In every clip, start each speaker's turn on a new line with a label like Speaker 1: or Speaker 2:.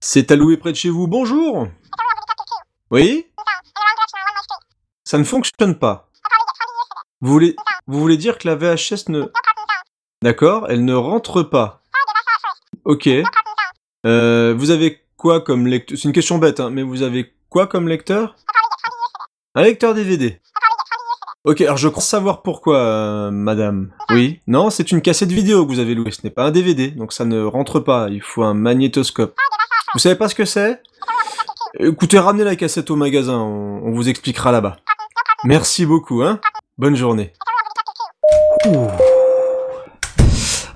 Speaker 1: C'est alloué près de chez vous, bonjour Oui Ça ne fonctionne pas. Vous voulez, vous voulez dire que la VHS ne... D'accord, elle ne rentre pas. Ok. Euh, vous avez quoi comme lecteur C'est une question bête, hein, mais vous avez quoi comme lecteur Un lecteur DVD. Ok, alors je crois savoir pourquoi, euh, madame. Oui Non, c'est une cassette vidéo que vous avez louée, ce n'est pas un DVD, donc ça ne rentre pas, il faut un magnétoscope. Vous savez pas ce que c'est Écoutez, ramenez la cassette au magasin, on, on vous expliquera là-bas. Merci beaucoup, hein Bonne journée. Ouh.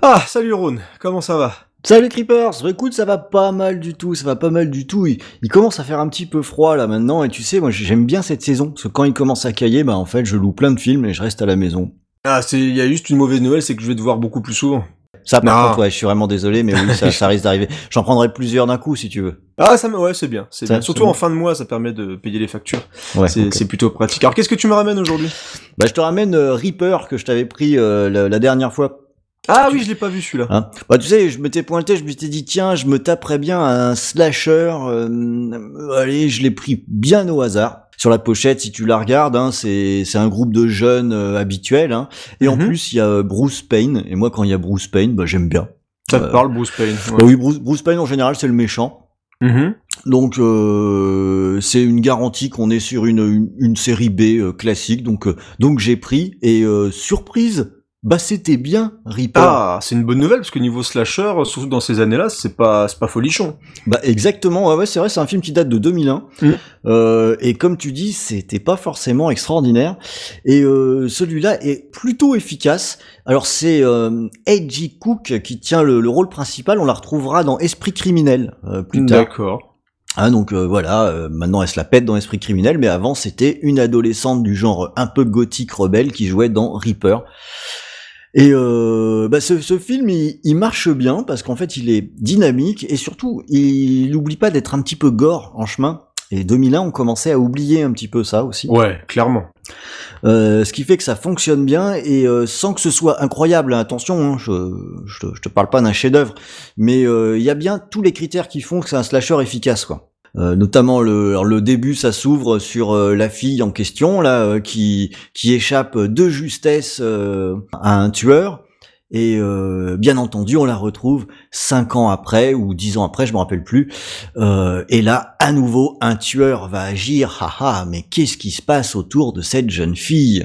Speaker 1: Ah, salut Rhône, comment ça va
Speaker 2: Salut Creepers, écoute ça va pas mal du tout, ça va pas mal du tout, il, il commence à faire un petit peu froid là maintenant et tu sais moi j'aime bien cette saison parce que quand il commence à cailler bah en fait je loue plein de films et je reste à la maison.
Speaker 1: Ah, c'est, il y a juste une mauvaise nouvelle, c'est que je vais te voir beaucoup plus souvent.
Speaker 2: Ça par
Speaker 1: Non.
Speaker 2: contre ouais je suis vraiment désolé mais oui ça, ça risque d'arriver, j'en prendrai plusieurs d'un coup si tu veux.
Speaker 1: Ah, ça, me- ouais, c'est bien, c'est
Speaker 2: Ça,
Speaker 1: bien.
Speaker 2: c'est
Speaker 1: Surtout
Speaker 2: bon.
Speaker 1: en fin de mois, ça permet de payer les factures.
Speaker 2: Ouais,
Speaker 1: c'est,
Speaker 2: ok.
Speaker 1: c'est plutôt pratique. Alors, qu'est-ce que tu me ramènes aujourd'hui
Speaker 2: Bah je te ramène euh, Reaper que je t'avais pris euh, la- la dernière fois.
Speaker 1: Ah oui, je l'ai pas vu celui-là.
Speaker 2: Hein bah, tu sais, je m'étais pointé, je m'étais dit, tiens, je me taperais bien un slasher. euh, allez, je l'ai pris bien au hasard. Sur la pochette, si tu la regardes, hein, c'est c'est un groupe de jeunes euh, habituels. hein. Et en
Speaker 1: Mhm.
Speaker 2: plus, il y a euh, Bruce Payne. Et moi, quand il y a Bruce Payne, bah, j'aime bien.
Speaker 1: Ça te
Speaker 2: euh,
Speaker 1: parle, Bruce Payne. ouais.
Speaker 2: Bah oui, Bruce, Bruce Payne, en général, c'est le méchant.
Speaker 1: Mhm.
Speaker 2: Donc euh, c'est une garantie qu'on est sur une, une, une série B euh, classique. Donc euh, donc j'ai pris et euh, surprise, bah c'était bien Reaper.
Speaker 1: Ah, c'est une bonne nouvelle, parce que niveau slasher, surtout dans ces années-là, c'est pas, c'est pas folichon.
Speaker 2: Bah exactement, ouais, ouais c'est vrai, c'est un film qui date de 2001.
Speaker 1: Mm.
Speaker 2: Euh, et comme tu dis, c'était pas forcément extraordinaire. Et euh, celui-là est plutôt efficace. Alors c'est euh, Edgy Cook qui tient le, le rôle principal. On la retrouvera dans Esprit criminel euh, plus tard.
Speaker 1: D'accord.
Speaker 2: Hein, donc euh, voilà, euh, maintenant elle se la pète dans Esprit criminel, mais avant c'était une adolescente du genre un peu gothique rebelle qui jouait dans Reaper. Et euh, bah, ce, ce film, il, il marche bien parce qu'en fait il est dynamique et surtout il n'oublie pas d'être un petit peu gore en chemin. Et 2001, on commençait à oublier un petit peu ça aussi.
Speaker 1: Ouais, clairement.
Speaker 2: Euh, ce qui fait que ça fonctionne bien et euh, sans que ce soit incroyable. hein, Attention, hein, je, je, te- je te parle pas d'un chef-d'œuvre, mais euh, il y a bien tous les critères qui font que c'est un slasher efficace, quoi. Euh, notamment le, alors le début, ça s'ouvre sur euh, la fille en question là euh, qui qui échappe de justesse euh, à un tueur. Et euh, bien entendu, on la retrouve cinq ans après ou dix ans après, je me rappelle plus. Euh, et là, à nouveau, un tueur va agir. Haha, mais qu'est-ce qui se passe autour de cette jeune fille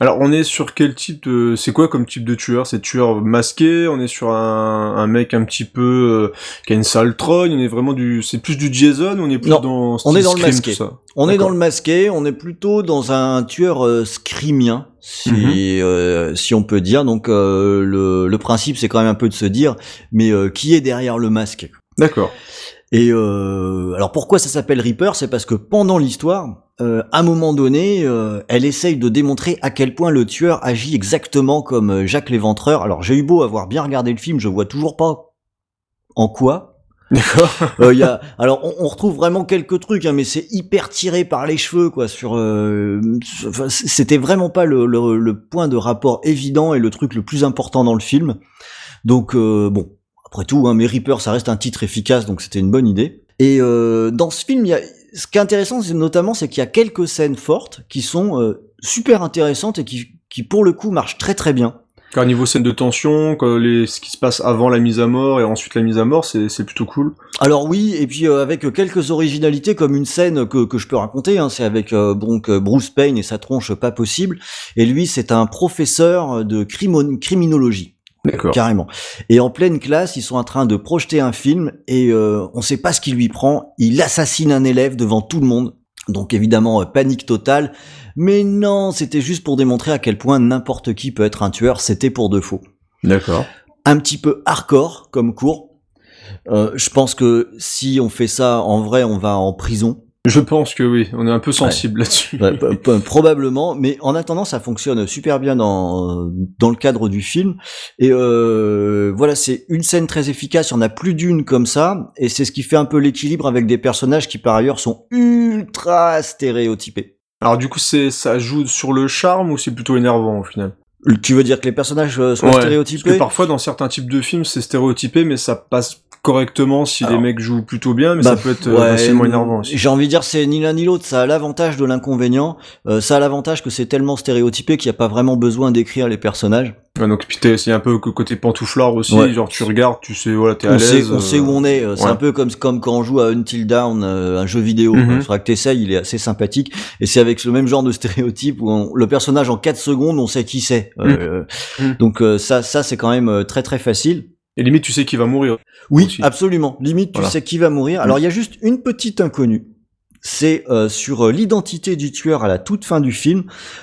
Speaker 1: Alors, on est sur quel type de... C'est quoi comme type de tueur C'est tueur masqué On est sur un, un mec un petit peu... euh, qui a une sale trogne On est vraiment du... C'est plus du Jason ou on est plus
Speaker 2: Non,
Speaker 1: dans...
Speaker 2: on
Speaker 1: style
Speaker 2: est dans le
Speaker 1: Scream,
Speaker 2: masqué.
Speaker 1: tout ça
Speaker 2: On est
Speaker 1: D'accord.
Speaker 2: dans le masqué, on est plutôt dans un tueur euh, screamien, si,
Speaker 1: Mhm.
Speaker 2: euh, si on peut dire. Donc euh, le, le principe, c'est quand même un peu de se dire, mais euh, qui est derrière le masque
Speaker 1: D'accord.
Speaker 2: Et euh, alors pourquoi ça s'appelle Reaper C'est parce que pendant l'histoire, euh, à un moment donné, euh, elle essaye de démontrer à quel point le tueur agit exactement comme euh, Jacques l'éventreur. Alors j'ai eu beau avoir bien regardé le film, je vois toujours pas en quoi.
Speaker 1: D'accord.
Speaker 2: Euh, il y a, alors on, on retrouve vraiment quelques trucs, hein, mais c'est hyper tiré par les cheveux, quoi. Sur, euh, sur- enfin, c- c'était vraiment pas le, le- le point de rapport évident et le truc le plus important dans le film. Donc euh, bon, après tout, hein, mais Reaper, ça reste un titre efficace, donc c'était une bonne idée. Et euh, dans ce film, il y a, ce qui est intéressant, c'est notamment, c'est qu'il y a quelques scènes fortes qui sont euh, super intéressantes et qui, qui pour le coup marchent très très bien.
Speaker 1: Car niveau scène de tension, quoi, les, ce qui se passe avant la mise à mort et ensuite la mise à mort, c'est c'est plutôt cool.
Speaker 2: Alors oui, et puis euh, avec quelques originalités comme une scène que, que je peux raconter, hein, c'est avec euh, donc euh, Bruce Payne et sa tronche pas possible, et lui c'est un professeur de crimo- criminologie.
Speaker 1: D'accord.
Speaker 2: Carrément. Et en pleine classe, ils sont en train de projeter un film et euh, on sait pas ce qui lui prend. Il assassine un élève devant tout le monde. Donc évidemment, euh, panique totale. Mais non, c'était juste pour démontrer à quel point n'importe qui peut être un tueur. C'était pour de faux
Speaker 1: D'accord.
Speaker 2: un petit peu hardcore comme cours. Euh, je pense que si on fait ça en vrai, on va en prison,
Speaker 1: Je pense que oui, on est un peu sensible là-dessus.
Speaker 2: Ouais, p- p- probablement. Mais en attendant, ça fonctionne super bien dans dans le cadre du film. Et euh, voilà, c'est une scène très efficace. Il y en a plus d'une comme ça, et c'est ce qui fait un peu l'équilibre avec des personnages qui par ailleurs sont ultra stéréotypés.
Speaker 1: Alors du coup, c'est ça joue sur le charme ou c'est plutôt énervant au final
Speaker 2: Tu veux dire que les personnages euh, sont
Speaker 1: Ouais, Parce
Speaker 2: stéréotypés
Speaker 1: que parfois, dans certains types de films, c'est stéréotypé, mais ça passe correctement si
Speaker 2: Alors,
Speaker 1: les mecs jouent plutôt bien, mais
Speaker 2: bah,
Speaker 1: ça peut être euh,
Speaker 2: ouais,
Speaker 1: facilement énervant aussi.
Speaker 2: J'ai envie de dire, c'est ni l'un ni l'autre. Ça a l'avantage de l'inconvénient. Euh, ça a l'avantage que c'est tellement stéréotypé qu'il n'y a pas vraiment besoin d'écrire les personnages.
Speaker 1: Ouais, donc puis t'es- c'est un peu que côté pantouflard aussi,
Speaker 2: Ouais.
Speaker 1: genre tu regardes, tu sais, voilà, t'es à
Speaker 2: On sait,
Speaker 1: l'aise.
Speaker 2: on sait où on est. euh, C'est
Speaker 1: ouais.
Speaker 2: un peu comme, comme quand on joue à Until Dawn, euh, un jeu vidéo.
Speaker 1: Mhm.
Speaker 2: quoi. Faudra que t'essayes, il est assez sympathique. Et c'est avec le même genre de stéréotype où on- le personnage en 4 secondes, on sait qui c'est. Euh,
Speaker 1: Mhm. Mhm.
Speaker 2: Donc euh, ça, ça c'est quand même euh, très très facile.
Speaker 1: Et limite, tu sais qui va mourir.
Speaker 2: Oui,
Speaker 1: Aussi.
Speaker 2: absolument. Limite, tu
Speaker 1: Voilà.
Speaker 2: sais qui va mourir. Alors il y a juste une petite inconnue. C'est euh, sur euh, l'identité du tueur à la toute fin du film,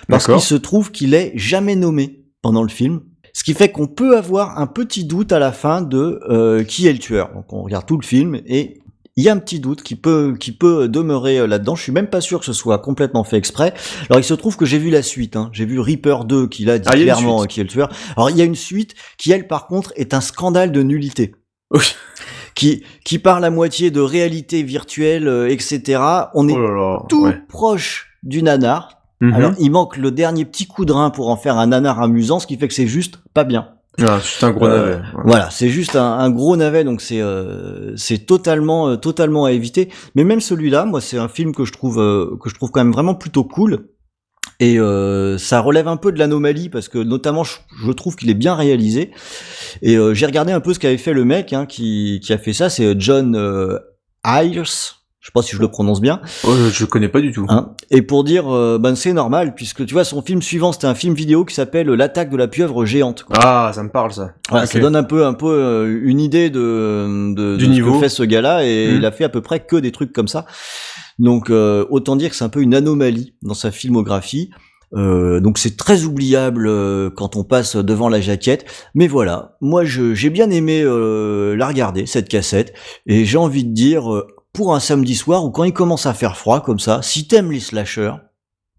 Speaker 2: parce qu'il
Speaker 1: D'accord.
Speaker 2: se trouve qu'il est jamais nommé pendant le film. Ce qui fait qu'on peut avoir un petit doute à la fin de euh, qui est le tueur. Donc on regarde tout le film et il y a un petit doute qui peut qui peut demeurer euh, là-dedans. Je suis même pas sûr que ce soit complètement fait exprès. Alors il se trouve que j'ai vu la suite. hein. J'ai vu Reaper 2 qui là dit
Speaker 1: Ah, il y a une
Speaker 2: clairement
Speaker 1: suite.
Speaker 2: euh, qui est le tueur. Alors il y a une suite qui elle par contre est un scandale de nullité.
Speaker 1: Oui.
Speaker 2: Qui qui parle à moitié de réalité virtuelle, euh, etc. On est
Speaker 1: Oh là là.
Speaker 2: tout
Speaker 1: ouais.
Speaker 2: proche du nanar.
Speaker 1: Mhm.
Speaker 2: Alors, il manque le dernier petit coup de rein pour en faire un nanar amusant, ce qui fait que c'est juste pas bien.
Speaker 1: Ah, c'est un gros
Speaker 2: Euh,
Speaker 1: navet. ouais.
Speaker 2: Voilà, c'est juste un, un gros navet, donc c'est euh, c'est totalement euh, totalement à éviter. Mais même celui-là, moi, c'est un film que je trouve euh, que je trouve quand même vraiment plutôt cool. Et euh, ça relève un peu de l'anomalie parce que notamment, je, je trouve qu'il est bien réalisé. Et euh, j'ai regardé un peu ce qu'avait fait le mec hein, qui qui a fait ça, c'est John euh, Ayres. Je sais pas si je le prononce bien.
Speaker 1: Oh, je, je connais pas du tout.
Speaker 2: Hein. et pour dire, euh, ben c'est normal, puisque tu vois, son film suivant, c'était un film vidéo qui s'appelle L'attaque de la pieuvre géante. quoi.
Speaker 1: Ah, ça me parle ça.
Speaker 2: Voilà,
Speaker 1: Ok.
Speaker 2: Ça donne un peu, un peu euh, une idée de, de,
Speaker 1: Du
Speaker 2: de ce
Speaker 1: niveau.
Speaker 2: que fait ce gars-là, et
Speaker 1: Mhm.
Speaker 2: il a fait à peu près que des trucs comme ça. Donc euh, autant dire que c'est un peu une anomalie dans sa filmographie. Euh, donc c'est très oubliable euh, quand on passe devant la jaquette, mais voilà, moi je- j'ai bien aimé euh, la regarder cette cassette, et j'ai envie de dire euh, pour un samedi soir ou quand il commence à faire froid comme ça, si t'aimes les slashers,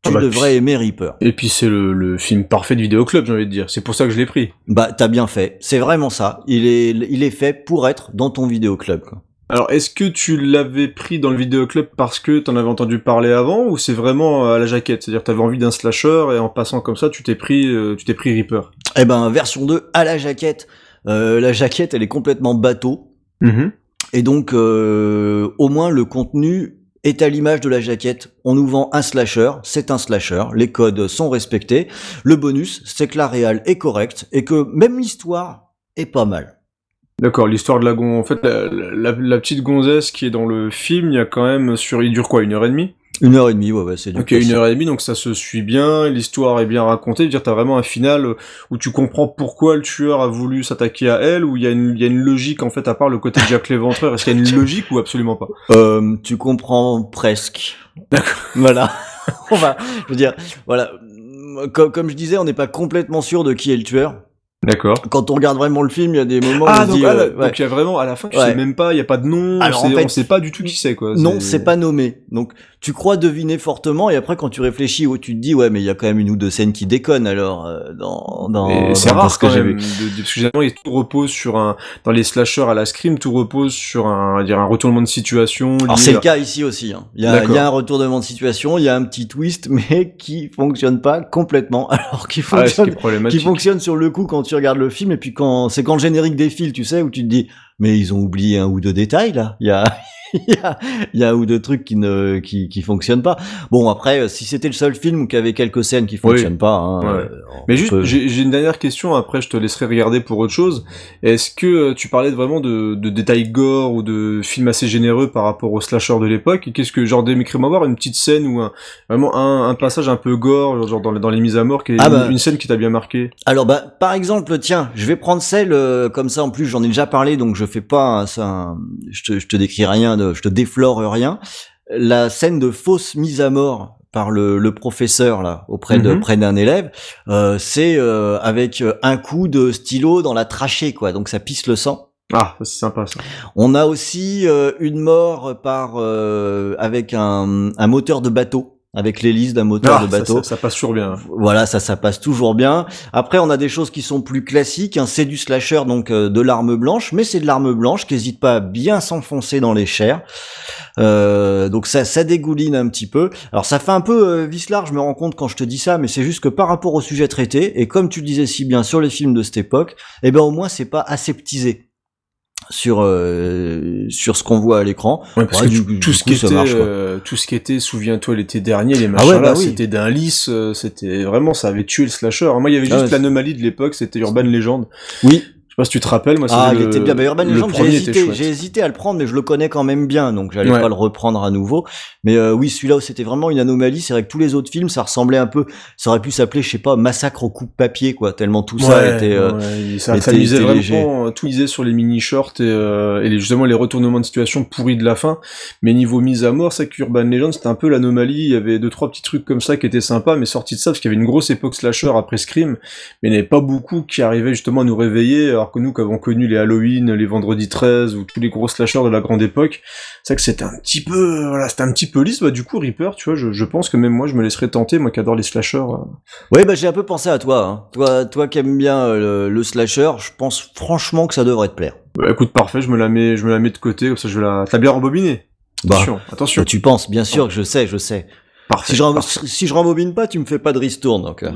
Speaker 2: tu
Speaker 1: Ah bah,
Speaker 2: devrais
Speaker 1: puis-
Speaker 2: aimer Reaper.
Speaker 1: Et puis c'est le, le film parfait de vidéoclub, j'ai envie de dire. C'est pour ça que je l'ai pris.
Speaker 2: Bah t'as bien fait, c'est vraiment ça. Il est il est fait pour être dans ton vidéoclub. quoi.
Speaker 1: Alors, est-ce que tu l'avais pris dans le vidéoclub parce que t'en avais entendu parler avant, ou c'est vraiment euh, à la jaquette C'est-à-dire, t'avais envie d'un slasher et en passant comme ça, tu t'es pris, euh, tu t'es pris Reaper.
Speaker 2: Eh ben version 2 à la jaquette. Euh, la jaquette elle est complètement bateau.
Speaker 1: Mm-hmm.
Speaker 2: Et donc, euh, au moins, le contenu est à l'image de la jaquette. On nous vend un slasher, c'est un slasher, les codes sont respectés. Le bonus, c'est que la réal est correcte et que même l'histoire est pas mal.
Speaker 1: D'accord, l'histoire de la gon... En fait, la, la- la petite gonzesse qui est dans le film, il y a quand même sur... Il dure quoi, une heure et demie
Speaker 2: Une heure et demie, ouais, ouais, c'est du
Speaker 1: Ok, une
Speaker 2: classique.
Speaker 1: heure et demie, donc ça se suit bien, l'histoire est bien racontée. Je veux dire, t'as vraiment un final euh, où tu comprends pourquoi le tueur a voulu s'attaquer à elle, où il y, a une- il y a une logique, en fait, à part le côté de Jack l'Éventreur. Est-ce qu'il y a une logique ou absolument pas
Speaker 2: Euh, tu comprends presque. D'accord. Voilà. on va, je veux dire, voilà. Comme, comme je disais, on n'est pas complètement sûr de qui est le tueur.
Speaker 1: D'accord.
Speaker 2: Quand on regarde vraiment le film, il y a des moments
Speaker 1: Ah,
Speaker 2: où on
Speaker 1: donc,
Speaker 2: se dit,
Speaker 1: ah,
Speaker 2: euh,
Speaker 1: là,
Speaker 2: ouais.
Speaker 1: donc il y a vraiment, à la fin, tu
Speaker 2: Ouais.
Speaker 1: sais même pas, il y a pas de nom,
Speaker 2: Alors,
Speaker 1: c'est-
Speaker 2: en fait,
Speaker 1: on sait pas du tout qui c'est, quoi.
Speaker 2: Non, c'est pas nommé. Donc, tu crois deviner fortement, et après, quand tu réfléchis, oh, tu te dis, ouais, mais il y a quand même une ou deux scènes qui déconnent, alors, euh, dans, dans,
Speaker 1: Et
Speaker 2: dans-
Speaker 1: c'est
Speaker 2: dans
Speaker 1: rare
Speaker 2: ce que j'ai vu.
Speaker 1: De, de- parce que généralement, il- tout repose sur un, dans les slashers à la scream, tout repose sur un, à dire un retournement de situation.
Speaker 2: Alors,
Speaker 1: lié
Speaker 2: c'est le
Speaker 1: à-
Speaker 2: cas ici aussi. hein. Il y, a,
Speaker 1: D'accord.
Speaker 2: il y a un retournement de situation, il y a un petit twist, mais qui fonctionne pas complètement, alors qu'il
Speaker 1: Ah ouais, ce qui est
Speaker 2: fonctionne, qui
Speaker 1: problématique.
Speaker 2: fonctionne sur le coup quand tu regardes le film, et puis quand, c'est quand le générique défile, tu sais, où tu te dis, mais ils ont oublié un ou deux détails, là. Il y a, il y a, il y a un ou deux trucs qui ne, qui, qui fonctionnent pas. Bon, après, euh, si c'était le seul film où qu'il y avait quelques scènes qui fonctionnent pas, hein,
Speaker 1: Ouais.
Speaker 2: euh,
Speaker 1: Mais
Speaker 2: on
Speaker 1: juste,
Speaker 2: peut-
Speaker 1: j'ai j'ai une dernière question, après je te laisserai regarder pour autre chose. Est-ce que euh, tu parlais de- vraiment de, de détails gore ou de films assez généreux par rapport aux slashers de l'époque Et Qu'est-ce que, genre, décris-moi voir une petite scène ou un, vraiment un, un passage un peu gore, genre dans, les- dans les mises à mort, qui est
Speaker 2: Ah
Speaker 1: une,
Speaker 2: bah.
Speaker 1: une scène qui t'a bien marqué
Speaker 2: Alors bah par exemple tiens je vais prendre celle euh, comme ça en plus j'en ai déjà parlé donc je fais pas un- ça un- je te je te décris rien de, je te déflore rien la scène de fausse mise à mort par le, le professeur là auprès de
Speaker 1: Mhm.
Speaker 2: près d'un élève euh, c'est euh, avec euh, un coup de stylo dans la trachée quoi donc ça pisse le sang
Speaker 1: Ah, ça, c'est sympa ça.
Speaker 2: on a aussi euh, une mort par euh, avec un, un moteur de bateau avec l'hélice d'un moteur
Speaker 1: Ah,
Speaker 2: de
Speaker 1: ça-
Speaker 2: bateau
Speaker 1: Ça, ça passe toujours bien. hein.
Speaker 2: voilà, ça, ça passe toujours bien. Après, on a des choses qui sont plus classiques. hein. C'est du slasher, donc euh, de l'arme blanche, mais c'est de l'arme blanche qui n'hésite pas à bien s'enfoncer dans les chairs. Euh, donc ça, ça dégouline un petit peu. Alors ça fait un peu euh, vicelard, je me rends compte quand je te dis ça, mais c'est juste que par rapport au sujet traité, et comme tu le disais si bien sur les films de cette époque, eh ben au moins c'est pas aseptisé. sur euh, sur ce qu'on voit à l'écran.
Speaker 1: Ouais, parce
Speaker 2: Ouais,
Speaker 1: que
Speaker 2: du
Speaker 1: tout-
Speaker 2: coup-
Speaker 1: tout,
Speaker 2: du
Speaker 1: ce
Speaker 2: coup,
Speaker 1: qui
Speaker 2: ça
Speaker 1: était,
Speaker 2: marche, quoi.
Speaker 1: euh, tout ce qui était, souviens-toi l'été dernier, les
Speaker 2: Ah
Speaker 1: machins
Speaker 2: ouais,
Speaker 1: là,
Speaker 2: bah oui.
Speaker 1: c'était d'un lisse, euh, c'était vraiment, ça avait tué le slasher. Moi, il y avait
Speaker 2: Ah
Speaker 1: juste
Speaker 2: ouais,
Speaker 1: l'anomalie de l'époque, c'était Urban Legend.
Speaker 2: Oui.
Speaker 1: Je sais pas si tu te rappelles, moi,
Speaker 2: Ah,
Speaker 1: c'était
Speaker 2: il
Speaker 1: le-
Speaker 2: était bien. Bah, Urban
Speaker 1: le
Speaker 2: Legend, j'ai
Speaker 1: premier était
Speaker 2: hésité,
Speaker 1: chouette.
Speaker 2: j'ai hésité à le prendre, mais je le connais quand même bien, donc j'allais
Speaker 1: Ouais.
Speaker 2: pas le reprendre à nouveau. Mais euh, oui, celui-là, c'était vraiment une anomalie. C'est vrai que tous les autres films, ça ressemblait un peu. Ça aurait pu s'appeler, je sais pas, Massacre au coupe-papier, quoi. Tellement tout ça
Speaker 1: Ouais,
Speaker 2: était. euh,
Speaker 1: ouais, il- ça
Speaker 2: était-
Speaker 1: ça misait
Speaker 2: était
Speaker 1: vraiment,
Speaker 2: léger.
Speaker 1: euh, tout misait sur les mini-shorts et, euh, et les- justement les retournements de situation pourris de la fin. Mais niveau mise à mort, c'est qu'Urban Legend c'était un peu l'anomalie. Il y avait deux trois petits trucs comme ça qui étaient sympas, mais sortis de ça parce qu'il y avait une grosse époque slasher après Scream, mais il n'y avait pas beaucoup qui arrivaient justement à nous réveiller. Alors que nous, qui avons connu les Halloween, les Vendredi 13 ou tous les gros slashers de la grande époque, c'est vrai que c'était un petit peu, voilà, c'était un petit peu lisse. Bah, du coup, Reaper, tu vois, je, je pense que même moi, je me laisserais tenter, moi qui adore les slashers. euh,
Speaker 2: Ouais, bah j'ai un peu pensé à toi. hein. Toi, toi qui aimes bien euh, le, le slasher, je pense franchement que ça devrait te plaire.
Speaker 1: Bah écoute, parfait, je me la mets, je me la mets de côté, comme ça je vais la. T'as bien rembobiné
Speaker 2: Bah,
Speaker 1: Attention, attention.
Speaker 2: bah, tu penses, bien sûr que je sais, je sais.
Speaker 1: Parfait.
Speaker 2: Si je, rem-
Speaker 1: parfait.
Speaker 2: si je rembobine pas, tu me fais pas de ristourne. Donc, euh.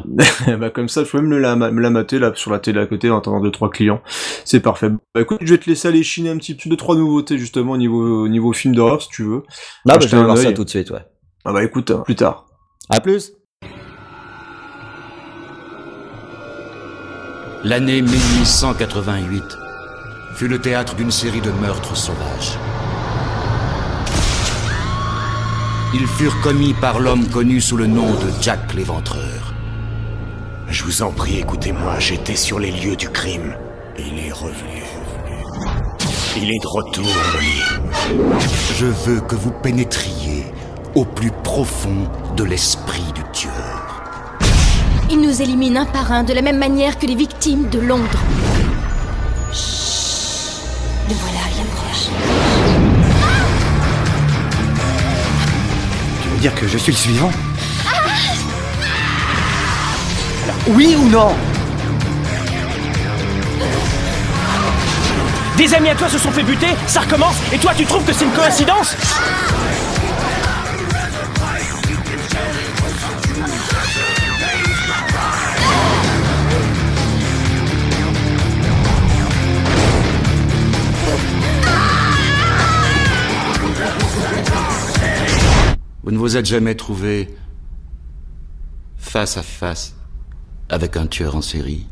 Speaker 1: bah comme ça, je peux même le la- me la mater là, sur la télé à côté en attendant deux trois clients. C'est parfait. Bah écoute, je vais te laisser aller chiner un petit peu, deux trois nouveautés justement au niveau, au niveau film d'horreur si tu veux.
Speaker 2: Ah, bah,
Speaker 1: Acheter
Speaker 2: je vais
Speaker 1: un
Speaker 2: voir ça
Speaker 1: œil.
Speaker 2: tout de suite, ouais.
Speaker 1: Ah bah écoute, à plus tard.
Speaker 2: À plus.
Speaker 3: L'année 1888 fut le théâtre d'une série de meurtres sauvages. Ils furent commis par l'homme connu sous le nom de Jack l'Éventreur.
Speaker 4: Je vous en prie, écoutez-moi, j'étais sur les lieux du crime. Il est revenu. Il est de retour, Molly.
Speaker 3: Je veux que vous pénétriez au plus profond de l'esprit du tueur.
Speaker 5: Il nous élimine un par un de la même manière que les victimes de Londres. Le voilà, il approche.
Speaker 4: Tu veux dire que je suis le suivant
Speaker 6: Oui ou non Des amis à toi se sont fait buter, ça recommence, et toi tu trouves que c'est une coïncidence
Speaker 3: Vous ne vous êtes jamais trouvé face à face avec un tueur en série